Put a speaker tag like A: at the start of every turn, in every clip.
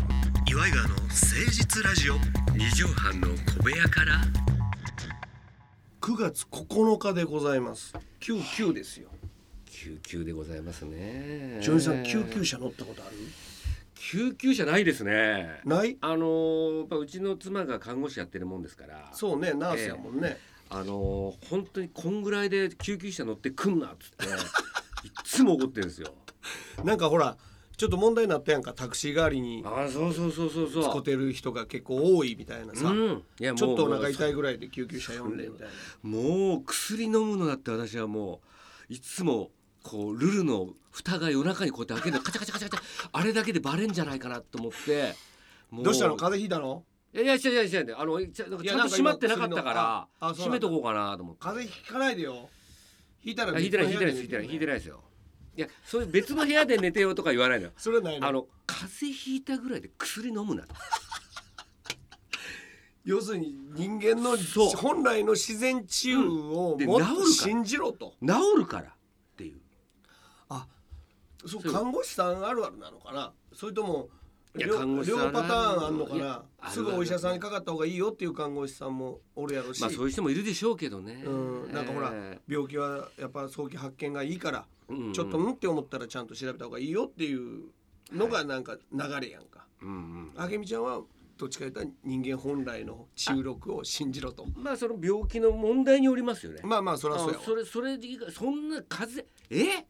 A: イガーの誠実ラジオ
B: 二畳半の小部屋から
A: 9月9日でございます99ですよ
B: 救急でございますね
A: ジョイさん救急車乗ったことある
B: 救急車ないですね
A: ない
B: あのーやっぱうちの妻が看護師やってるもんですから
A: そうねナースやもんね、
B: あのー本当にこんぐらいで救急車乗ってくんなっつっ ていっつも怒ってるんですよ
A: なんかほらちょっと問題になったやんかタクシー代わりに
B: ああそうそうそうそう
A: 使
B: そ
A: っ
B: う
A: てる人が結構多いみたいなさ、
B: うんいやもう
A: ちょっとお腹痛いぐらいで救急車呼んでみたいな
B: もう薬飲むのだって私はもういつもこうルルの蓋が夜中にこうやって開けるのカチャカチャカチャカチャあれだけでバレんじゃないかなと思っても
A: どうしたの風邪ひいたの
B: いやいやいやいやいやいやあのちゃなんか
A: いや
B: ちゃんと閉まってなかったから
A: なんか今薬のああそうな
B: 閉
A: んだ
B: めとこうかなと思って
A: 風邪ひかないでよひいたら
B: あ引いてない引いてないです引いてない引いてないですよいやそういう別の部屋で寝てよとか言わないのよ
A: それはないの
B: あの風邪ひいたぐらいで薬飲むな
A: 要するに人間の
B: そう
A: 本来の自然治癒を
B: んで
A: もっ
B: 治る
A: と
B: から
A: 信じろと、
B: 治るからっていう
A: あそう
B: そう
A: 看護師さんあるあるなのかなそれとも
B: いや
A: 両
B: 看護師さ
A: 両
B: ん
A: パターンあんのか
B: い
A: な
B: やある
A: すぐお医者さんにかかった方がいいよっていう看護師さんもおるやろし、
B: まあそういう人もいるでしょうけどね
A: うん、なんかほら、
B: え
A: 病気はやっぱ早期発見がいいから、
B: ーうんうん
A: ちょっとうんって思ったらちゃんと調べた方がいいよっていうのがなんか流れやんか。
B: うんうん
A: あけみちゃんはどっちか言ったら人間本来の治癒力を信じろと。
B: まあその病気の問題によりますよね。
A: まあまあそりゃそうや
B: あ
A: わ
B: それそれ以外そんな風邪え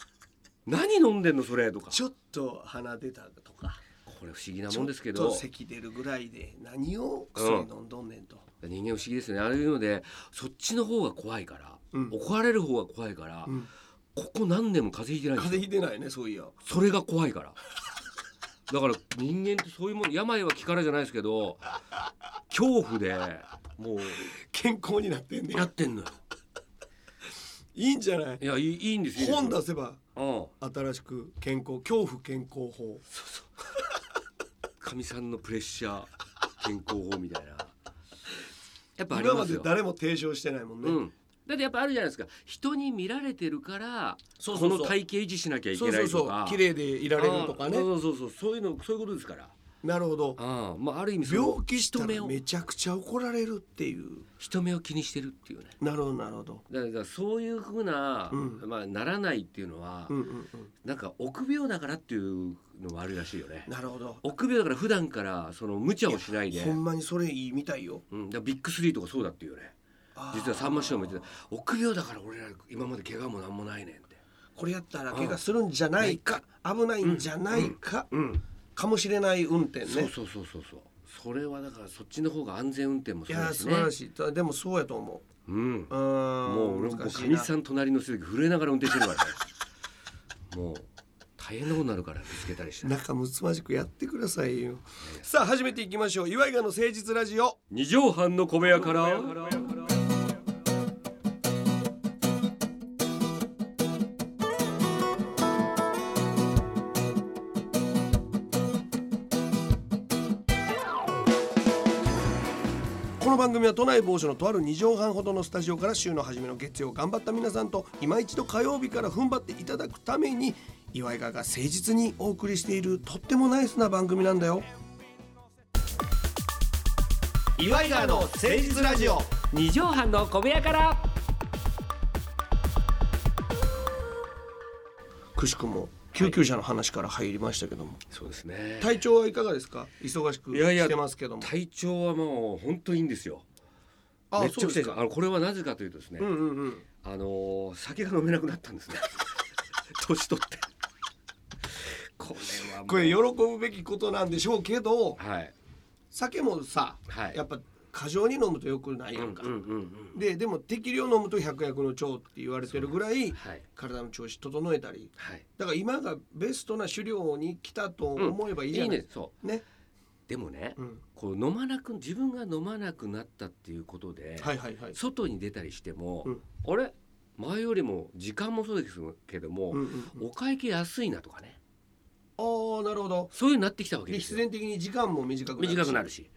B: 何飲んでんのそれとか
A: ちょっと鼻出たとか
B: これ不思議な
A: ち
B: も
A: ょ
B: ん
A: っ
B: ですけ
A: と
B: ど
A: 咳出るぐらいで何を薬飲んどんねんと。
B: 人間不思議ですねああいうのでそっちの方が怖いから、
A: うん
B: 怒られる方が怖いから、
A: うん
B: ここ何年も風邪ひいてないん
A: 風邪
B: ですよ
A: ひいてないねそういや。
B: それが怖いからだから人間ってそういうもん病は気からじゃないですけど恐怖でもう
A: 健康になってんね
B: や
A: ん
B: ってんのよ
A: いいんじゃない
B: いやいいいいんですよ
A: 本出せば
B: うん
A: 新しく健康恐怖健康法。
B: かみさんのプレッシャー 健康法みたいなやっぱあり
A: 今
B: ま
A: ますで
B: よ、
A: 誰も提唱してないもんね。
B: うん、だってやっぱあるじゃないですか人に見られてるから
A: そうそうそう
B: この体型維持しなきゃい
A: そ
B: け
A: う
B: な
A: そ
B: いうと
A: そう
B: か
A: 綺麗でいられるとか
B: あー
A: ね
B: そうそうそうそうそういうのそういうことですから
A: なるほど
B: ああまあある意味その
A: 病気した
B: 人目
A: ら
B: を
A: めちゃくちゃ怒られるっていう
B: 人目を気にしてるっていうね
A: なるほどなるほど
B: だからそういうふうな、
A: うん
B: まあならないっていうのは、
A: うんうんう
B: なんか臆病だからっていうのもあるらしいよね
A: んなるほど
B: 臆病だから普段からその無茶をしないで
A: ほんまにそれいいみたいよ
B: うん、だからビッグスリーとかそうだっていうよね
A: あー
B: 実はさんま師匠も言ってた臆病だから俺ら今まで怪我もなんもないねんって
A: これやったら怪我するんじゃないか危ないんじゃないか
B: うん、
A: かもしれない運転
B: そう
A: ね
B: そうそうそうそうそれはだからそっちの方が安全運転
A: い
B: もそう
A: やー
B: だ
A: 素
B: し
A: 晴
B: ね
A: らしいたでもそうやと思
B: うん
A: ううーん
B: もう俺も
A: 難し
B: か
A: いな
B: みさん隣の席震えながら運転してるからねもう大変なことになるから見つけたりして
A: 仲睦まじくやってくださいよさあ始めていきましょう岩井川の誠実ラジオ
B: 二畳半の小部屋から
A: この番組は都内某所のとある2畳半ほどのスタジオから週の初めの月曜頑張った皆さんと今一度火曜日から踏ん張っていただくために岩井川が誠実にお送りしているとってもナイスな番組なんだよ岩井川の誠実ラジオ
B: 二畳半の小部屋から
A: くしくも救急車の話から入りましたけども、
B: そうですね
A: 体調はいかがですか忙しく
B: いやいや
A: してますけども
B: 体調はもう本当にいいんですよ
A: あ
B: めっちゃくちゃ
A: そうで
B: いいです
A: すか
B: あのこれはなぜかというとですね、
A: うんうんうん
B: あのー酒が飲めなくなった んですね年取ってこれはもう
A: これ喜ぶべきことなんでしょうけど
B: はい
A: 酒もさ、
B: はい
A: やっぱ過剰に飲むとよくない
B: うん
A: や
B: うんん
A: か、
B: うん
A: ででも適量飲むと百薬の長って言われてるぐらい
B: はい
A: 体の調子整えたり
B: はい
A: だから今がベストな狩猟に来たと思えばいいじゃない、
B: ねそう
A: ね
B: でもね、
A: うん、
B: こう飲まなく自分が飲まなくなったっていうことで、
A: はいはいはい、
B: 外に出たりしても、
A: うん
B: あれ前よりも時間もそうですけども、
A: うんうんうん、
B: お会計安いなとかね
A: ああなるほど
B: そういうのになってきたわけ
A: で
B: です
A: 必然
B: よ
A: 的に時間も短くなるし
B: 短くなるし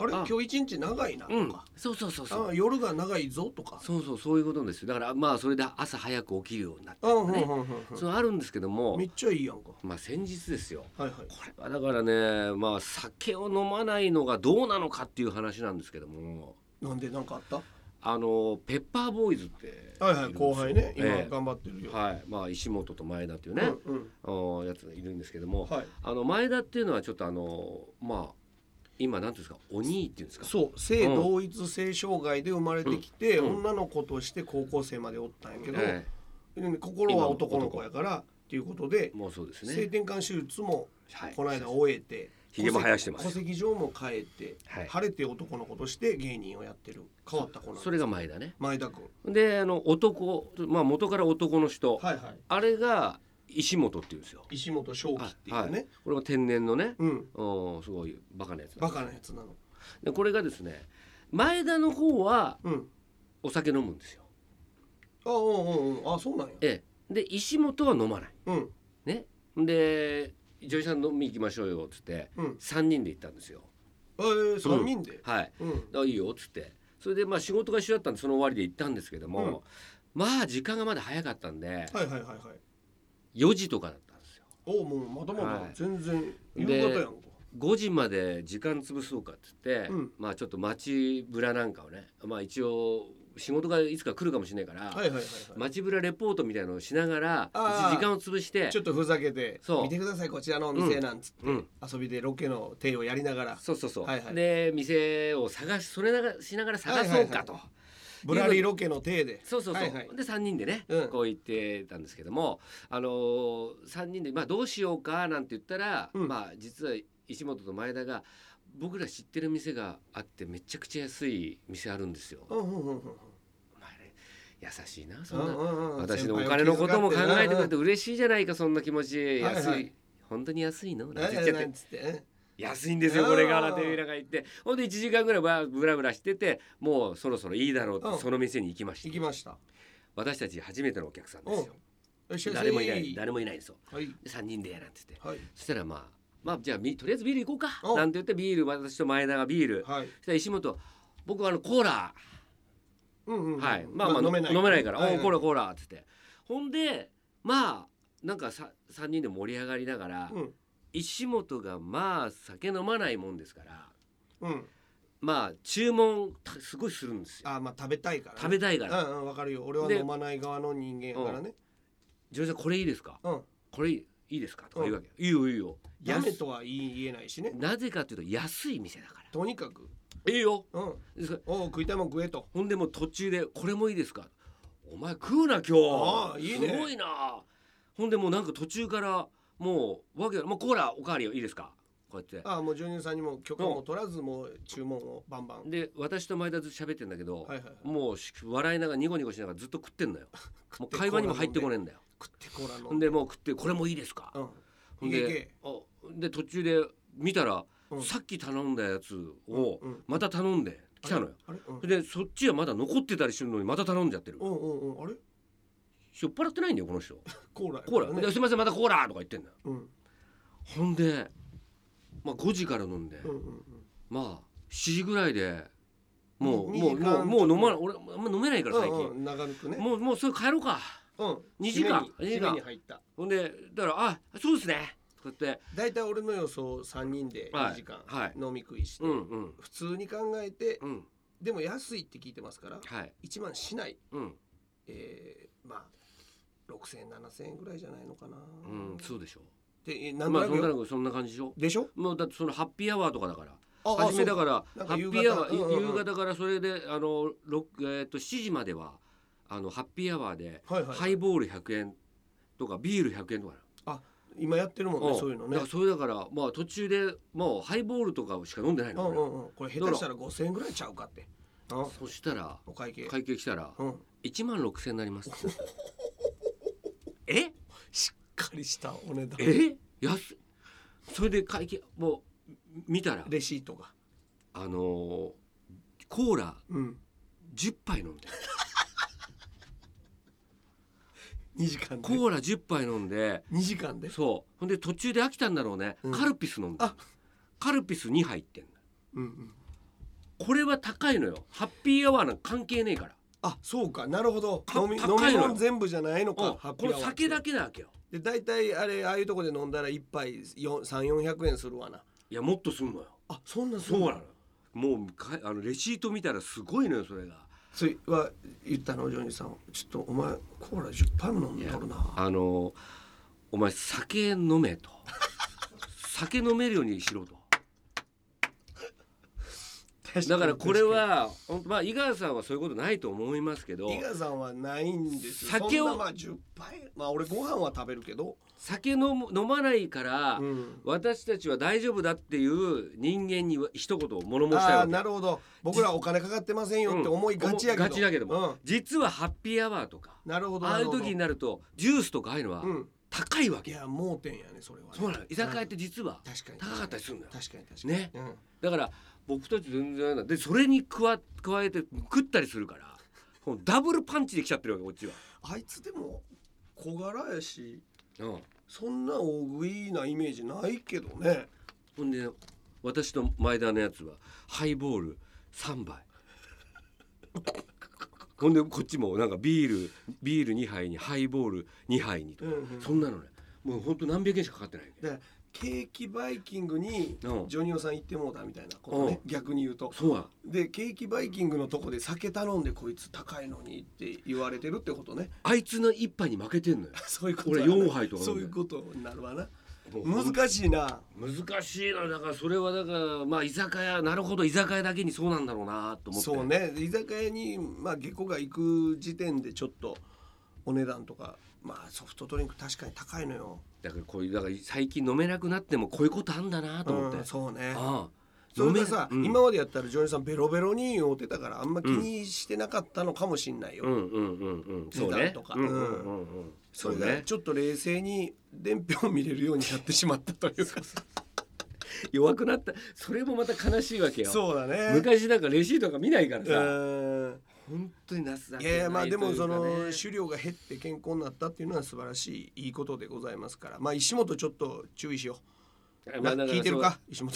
A: あれ
B: あ
A: 今日一日長いなと
B: うん
A: か、、
B: そうそうそうそう
A: あ夜が長いぞとか
B: そうそうそういうことですよだからまあそれで朝早く起きるようになって
A: あ、うんうんうんうん
B: それはあるんですけど
A: うん、
B: も
A: めっちゃいいやんか
B: まあ先日ですよ
A: はいはい
B: これはだからねまあ酒を飲まないのがどうなのかっていう話なんですけども
A: なんでなんかあった
B: あのペッパーボーイズって
A: はいはい後輩ね今
B: ええ
A: 頑張ってるよ、
B: はいまあ石本と前田っていうね、
A: うんうん
B: おやつがいるんですけども、
A: はい
B: あの前田っていうのはちょっとあのまあ今なんていうんですかお兄っていうんですか
A: そう性同一性障害で生まれてきて、
B: うんうん
A: 女の子として高校生までおったんやけど、
B: え
A: 心は男の子やからっていうことで
B: え、もうそうです
A: 性
B: ね
A: 転換手術も
B: はい
A: この間終えて、
B: ひげも生やしてます
A: 戸籍上も変えて、
B: はい
A: 晴れて男の子として芸人をやってる変わった子なん
B: それが前田ね
A: 前田君
B: であの男まあ元から男の人、
A: はいはい
B: あれが石本っていうんですよ
A: 石本正輝っていうね、
B: はい、これも天然のね、
A: うん
B: うん、すごいバカなやつ
A: バカなやつなの
B: でこれがですね前田の方は
A: うん
B: お酒飲むんですよ
A: あうんうんうんあそうなんや
B: ええで石本は飲まない
A: うん
B: ねで女優さん飲み行きましょうよっつって
A: うん
B: 3人で行ったんですよ
A: えー、3人で、
B: はい
A: うん
B: あいいよっつってそれでまあ仕事が一緒だったんでその終わりで行ったんですけども、まあ時間がまだ早かったんで
A: はいはいはいはい
B: 4時とかだったんですよ
A: おもうまだまだ
B: はい
A: 全然夕方
B: で
A: やんか
B: 5時まで時間潰そうかっつって、
A: うん
B: まあちょっと街ぶらなんかをねまあ一応仕事がいつか来るかもしれないから、
A: はいはいはいは
B: 街ぶらレポートみたいなのをしながら
A: あー
B: 時間を潰して
A: いちょっとふざけて
B: そう
A: 見てくださいこちらのお店なんつって、
B: うん
A: 遊びでロケの手をやりながら
B: そうそうそう、
A: はいはい
B: で店を探しそれながらしながら探そうかと、
A: はいはいぶらりロケの手で
B: そうそうそう、
A: はいはい
B: で3人でね、
A: うん
B: こう言ってたんですけども、あのー、3人で、まあ、どうしようかなんて言ったら、
A: うん
B: まあ、実は石本と前田が僕ら知ってる店があってめちゃくちゃ安い店あるんですよ。
A: うんうんうんうん
B: お前ね優しいなそんな、
A: うんうん
B: 私のお金のことも考えてくれて嬉しいじゃないかそんな気持ち
A: はいはい
B: 安い、本当に安いのなんて言
A: 先
B: っちゃっ
A: 輩を気遣ってなうんうんなんつ
B: て
A: って
B: 安いんですよこれが
A: あー
B: なんてなんか言ってほんで1時間ぐらいばブラブラしててもうそろそろいいだろう
A: う
B: と
A: ん
B: その店に行きました
A: 行きました
B: 私たち初めてのお客さんですよ
A: よしよし
B: 誰もいない誰もいないんですよ
A: はい
B: で3人でなんて言って
A: はい
B: そしたらまあまあじゃあみとりあえずビール行こう
A: お
B: かなんて言ってビール私と前田がビール
A: はい
B: そしたら石本僕はあのコーラ
A: うんうんうん
B: はいまあまあ飲めないから
A: はい
B: お
A: は
B: う
A: い
B: コーラコーラっつってほんでまあなんかさ3人で盛り上がりながら
A: うん
B: 石本がまあ酒飲まないもんですから
A: うん
B: まあ注文たすごいするんですよ
A: あまあ食べたいからね
B: 食べたいから
A: うんうんわかるよ俺は
B: で
A: 飲まない側の人間やからね
B: 「女優さんこれいいですか
A: うん
B: これいいですか?」とか言うわけ「いいよいいよ」
A: やめ
B: 安
A: とは言い言えないしね
B: なぜかというと安い店だか
A: とにかく
B: ら「いいよ
A: うん」
B: ですから
A: おう食いたいもん食えと
B: ほんでもう途中で「これもいいですか?」「お前食うな今
A: ああ
B: 日
A: いいね
B: すごいな」ほんでもうなんか途中からもうわけがもうコーラおかわりよいいですかこうやって
A: ああもう女優さんにも許可も取らずもう注文をバンバン
B: で私と前田ずっと喋ってんだけ
A: は
B: ど、
A: いはいはい
B: もうし笑いながらニコニコしながらずっと食ってん のよもう会話にも入ってこねえんだよ
A: 食ってコーラ飲
B: ほ
A: ん
B: ん
A: で
B: でもう食って「これもいいですか?」
A: うん
B: ほん
A: いけい
B: で
A: け
B: あで途中で見たら、
A: うん
B: さっき頼んだやつを
A: うん
B: また頼んで来たのよ。
A: あれうん
B: でそっちはまだ残ってたりするのにまた頼んじゃってる。
A: うんうんうんあれ
B: 酔っ払ってないんだよこの人。
A: コーラやか
B: コ
A: ら
B: ーラ、ですいませんまたコーラとか言ってんだよ。
A: うん
B: ほんで、まあ、5時から飲んで、
A: うんうんうん
B: まあ7時ぐらいでもう
A: に
B: もう
A: に時間
B: もうもう飲まない俺あんま飲めないから最近、
A: うんうん長引くね
B: もうもうそれ帰ろうか。
A: うん
B: 二時
A: 締め
B: 間
A: に
B: 二時間
A: 締めに入った
B: ほんでだからあそうですねとか言って
A: 大体俺の予想三人で
B: はい
A: 2時間
B: はい
A: 飲み食いして
B: うんうん
A: 普通に考えて
B: うん
A: でも安いって聞いてますから
B: はい
A: 1万しない
B: うん
A: えーまあ6000円7000円ぐらいじゃないのかな
B: うんそうでしょ。
A: でえなんと
B: まあ
A: な
B: そ
A: く
B: んな
A: よ
B: のそんな感じでしょ。
A: でしょ
B: もうだってそのハッピーアワーとかだから
A: ああ
B: 初めだから
A: そうかなんか
B: ハッピーアワー
A: 夕
B: 夕
A: 方
B: 方,、
A: うんうんうん
B: からそれであのろくえー、と7時まではあのハッピーアワーで、
A: はいはいはい
B: ハイボール100円とかビール100円とかな
A: 今やってるもん
B: ん
A: ねそういうの
B: だ
A: ね
B: からそれだからまあ途中でもうハイボールとかしか飲んでない
A: うんう
B: の、俺
A: んうんこれ下手したら5000円ぐらいちゃうかってあ
B: そしたら
A: お会計
B: 会計来たら
A: うん
B: 1万6000円になりますえ
A: しっかりしたお値段
B: え安いそれで会計もう見たら
A: レシートが
B: あのーコーラ
A: うん
B: 10杯飲んで
A: 2時間
B: コ
A: で
B: ーラ10杯飲んで
A: 2時間で
B: そうほんで途中で飽きたんだろうね、
A: うん
B: カルピス飲んだ
A: あ
B: カルピス2杯いってんだ
A: うんうん
B: これは高いのよハッピーアワーなんか関係ねえから
A: あそうかなるほど
B: か
A: 飲み飲み
B: 高いのよ
A: 物全部じゃないの
B: うん
A: かハッ
B: こ
A: ピーア
B: れ
A: ワー
B: 酒だけなわけよ
A: で大体あれああいうとこで飲んだら一杯3400円するわない
B: やもっとすんのよ
A: あそんな
B: そうなのよもうかあのレシート見たらすごいのよそれが
A: それは言ったのお嬢にさんちょっとお前コーラ10杯も飲んでるな
B: あのお前酒飲め と酒飲めるようにしろとだからこれは本当まあ井川さんはそういうことないと思いますけど
A: 伊賀さんはないんですよ
B: 酒を
A: そんなまあ10杯まあ俺ご飯は食べるけど、
B: 酒飲む飲まないから、
A: うん、
B: 私たちは大丈夫だっていう人間には一言物申したい
A: あ
B: わ
A: あ
B: け
A: なるほど僕らお金かかってませんよって思いがちやけど、
B: うん思いがちだけども
A: うん
B: 実はハッピーアワーとか
A: なるほど
B: あ
A: な
B: あい
A: る
B: う
A: ほど
B: 時になるとジュースとかああいうのは
A: うん
B: 高いわ
A: い
B: けよ、
A: や盲点やねそれはね、
B: そうなの居酒屋って実は
A: 確かに
B: 高かったりするのよ
A: 確かに確かに
B: ね
A: うん
B: だから僕たち全然あれなんでそれに加わ加えて食ったりす るからもうダブルパンチできちゃってるわけこっちは、
A: あいつでも小柄やし
B: うん、
A: そんな大食いなイメージないけどね
B: ほんで私と前田のやつはハイボール3杯 ほんでこっちもなんかビールビール2杯にハイボール2杯にとか、
A: うんうん
B: そんなのねもうほんと何百円しかかかってないわけ
A: だからケーキバイキングに
B: うん
A: ジョニオさん行ってもうたみたいなことね逆に言うと
B: そうなの
A: でケーキバイキングのとこで酒頼んでこいつ高いのにって言われてるってことね
B: あいつの1杯に負けてんのよ
A: そういうこと
B: 俺
A: やな
B: 4杯とか飲
A: そ
B: んで
A: ういうことになるわな
B: もうほんと
A: 難しいな
B: 難しいなだからそれはだからまあ居酒屋なるほど居酒屋だけにそうなんだろうなと思って
A: そうね居酒屋にまあ下戸が行く時点でちょっとお値段とかまあソフトドリンク確かに高いのよ
B: だからこういうだから最近飲めなくなってもこういうことあんだなと思って、
A: うんそうね
B: ああ
A: それがさ、
B: 飲め
A: 今までやったらジョニーさんベロベロに酔ってたからあんま気にしてなかったのかもしんないよ、
B: うんうんうんうんそう
A: 値
B: ね
A: 段とか
B: うんうんうんうん
A: そ
B: そ
A: れ
B: う
A: が
B: ね
A: ちょっと冷静に伝票を見れるようになってしまったというか
B: 弱くなったそれもまた悲しいわけよ
A: そうだね
B: 昔なんかレシートが見ないから
A: う
B: さ
A: ん
B: 本当になすだ
A: い
B: け
A: やいやまあ
B: ないと
A: で
B: いうか
A: もその
B: ね
A: 狩猟が減って健康になったっていうのは素晴らしいいいことでございますからまあ石本ちょっと注意しよう、
B: まあ
A: な
B: だら
A: 聞いてる
B: そ
A: か石本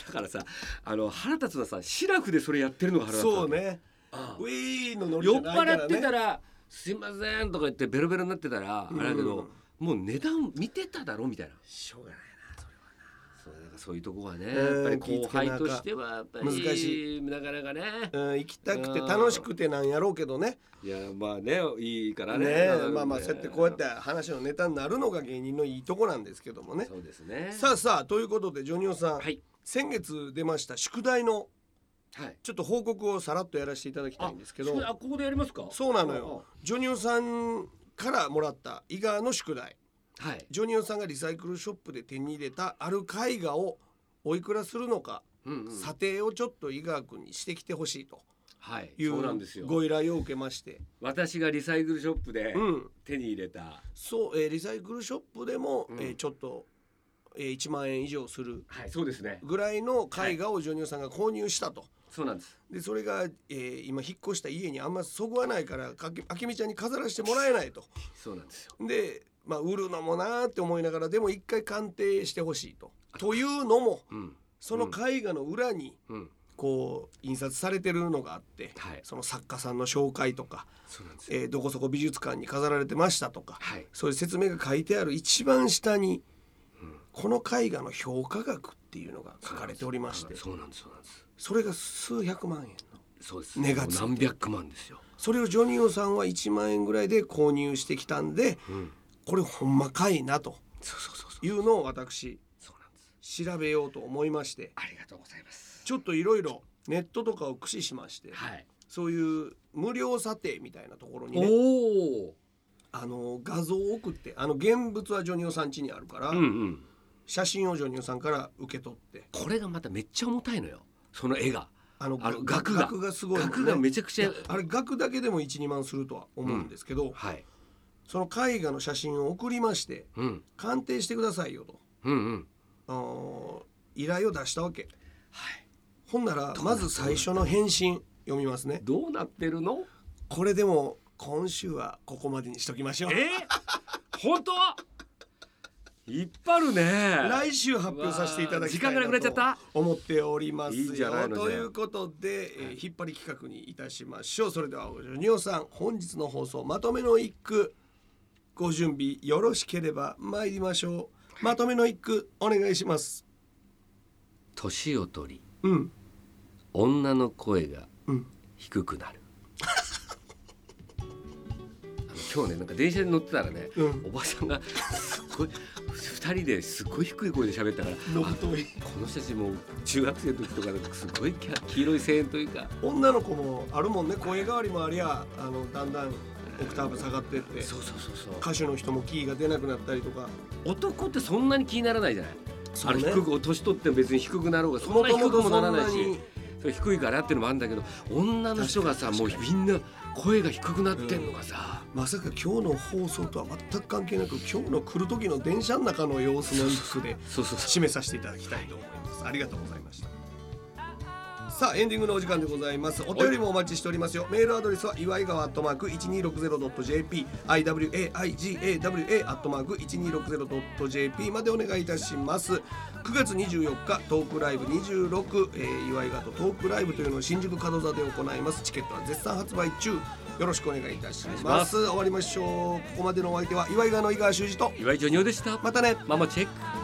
B: うだからさあの腹立つのはさシラフでそれやってるのが腹立つ
A: そうね
B: ああ
A: ウィーンのノリじ
B: 酔
A: ゃ
B: っ
A: ないから、ね、
B: 払ってたら「すいません」とか言ってベロベロになってたらあれだけどもう値段見てただろみたいな
A: しょうがない
B: そうなんかそういうとこはね
A: うん
B: やっぱり
A: 気ぃ
B: 後
A: つけ
B: 輩
A: なあかん
B: としてはやっぱり
A: 難し
B: なかなかね
A: うん、行きたくて楽しくてなんやろうけどね
B: いやまあねいいから
A: ね
B: ね
A: えまあまあそうやってこうやって話のネタになるのが芸人のいいとこなんですけどもね
B: そうですね
A: さあさあということでジョニオさん、
B: はい
A: 先月出ました宿題の
B: はい
A: ちょっと報告をさらっとやらせていただきたいんですけど
B: あここでやりますか
A: そうなのよジョニオさんからもらった伊賀の宿題
B: はい
A: ジョニオさんがリサイクルショップで手に入れたある絵画をおいくらするのか、
B: うんうん
A: 査定をちょっと伊賀君にしてきてほしいと
B: はい
A: いう
B: そうなんですよ
A: ご依頼を受けまして、
B: 私がリサイクルショップで
A: うん、
B: 手に入れた
A: そう、えーリサイクルショップでも、
B: うん
A: えーちょっと、えー1万円以上する
B: はいそうですね
A: ぐらいの絵画をジョニオさんが購入したと。
B: そうなんです
A: でそれが、えー今引っ越した家にあんまそぐわないからかきあきみちゃんに飾らせてもらえないと。
B: そうなんですよ
A: で、まあ、売るのもなーって思いながらでも一回鑑定してほしいと。というのも
B: うん
A: その絵画の裏に
B: うん
A: こう印刷されてるのがあって、
B: はい
A: その作家さんの紹介とか、
B: そうなんですよ
A: えーどこそこ美術館に飾られてましたとか、
B: はい
A: そういう説明が書いてある一番下に、この絵画の評価額っていうのが書かれておりまして
B: そうなんですそうなんです
A: それが数百万円の
B: そうです
A: 値がついて
B: 何百万ですよ
A: それをジョニオさんは1万円ぐらいで購入してきたんで、これほんまかいなと
B: そうそうそうそう
A: いうのを私
B: そうなんです
A: 調べようと思いまして
B: ありがとうございます
A: ちょっといろいろネットとかを駆使しまして、
B: はい
A: そういう無料査定みたいなところにね
B: おお
A: あの画像を送ってあの現物はジョニオさん家にあるから、
B: うんうん
A: 写真をジョニオさんから受け取って
B: これがまためっちゃ重たいのよその絵が
A: あの
B: あの額が
A: 額がすごいもんね
B: 額がめちゃくちゃ
A: あれ額だけでも12万するとは思うんですけど、
B: はい
A: その絵画の写真を送りまして
B: うん
A: 鑑定してくださいよと
B: うんうん
A: あの依頼を出したわけ
B: はい
A: ほんならまず最初の返信読みますね
B: どうなってるの
A: これでも今週はここまでにしときましょう
B: えー、本当いっぱいあるね
A: 来週発表させていただきたい
B: わあ時間がなくなっちゃった
A: と思っておりますよ
B: いいじゃないのじゃあ
A: ということで、えー引っ張り企画にいたしましょうそれではジョニオさん本日の放送まとめの一句ご準備よろしければ参りましょうまとめの一句お願いします
B: 年を取り
A: うん
B: 女の声が
A: うん
B: 低くなる あの今日ねなんか電車に乗ってたらね、
A: うん
B: おばさんがすっごい2人ですっごい低い声で喋ったから
A: の
B: あ
A: 太い
B: この人たちもう中学生の時とかなんかすごいキャ黄色い声援というか
A: 女の子もあるもんね声変わりもありゃあのだんだんオクターブ下がってって
B: そうそうそうそう
A: 歌手の人もキーが出なくなったりとか
B: 男ってそんなに気にならないじゃない、あの
A: そうね
B: 低く年取っても別に低くなろうがそんな
A: も
B: に
A: と
B: 低
A: も
B: く
A: と
B: も
A: そ
B: なら
A: ん
B: な
A: ない
B: し
A: に
B: それ低いからっていうのもあるんだけど女の人がさもうみんな声が低くなってんのがさ、
A: まさか今日の放送とは全く関係なく今日の来る時の電車の中の様子の一服で
B: そうそうそう
A: 締めさせていただきたいと思いますありがとうございましたさあエンディングのお時間でございますお便りもお待ちしておりますよメールアドレスは祝いがわトマーク 1260.jp iwaigawa アットマーク 1260.jp までお願いいたします9月24日トークライブ26、えー、祝いがわとトークライブというのを新宿門座で行いますチケットは絶賛発売中よろしくお願いいたします
B: お願いします
A: 終わりましょうここまでのお相手は祝いがわの井川修司と
B: 岩井ジョニオでした
A: またね
B: ママチェック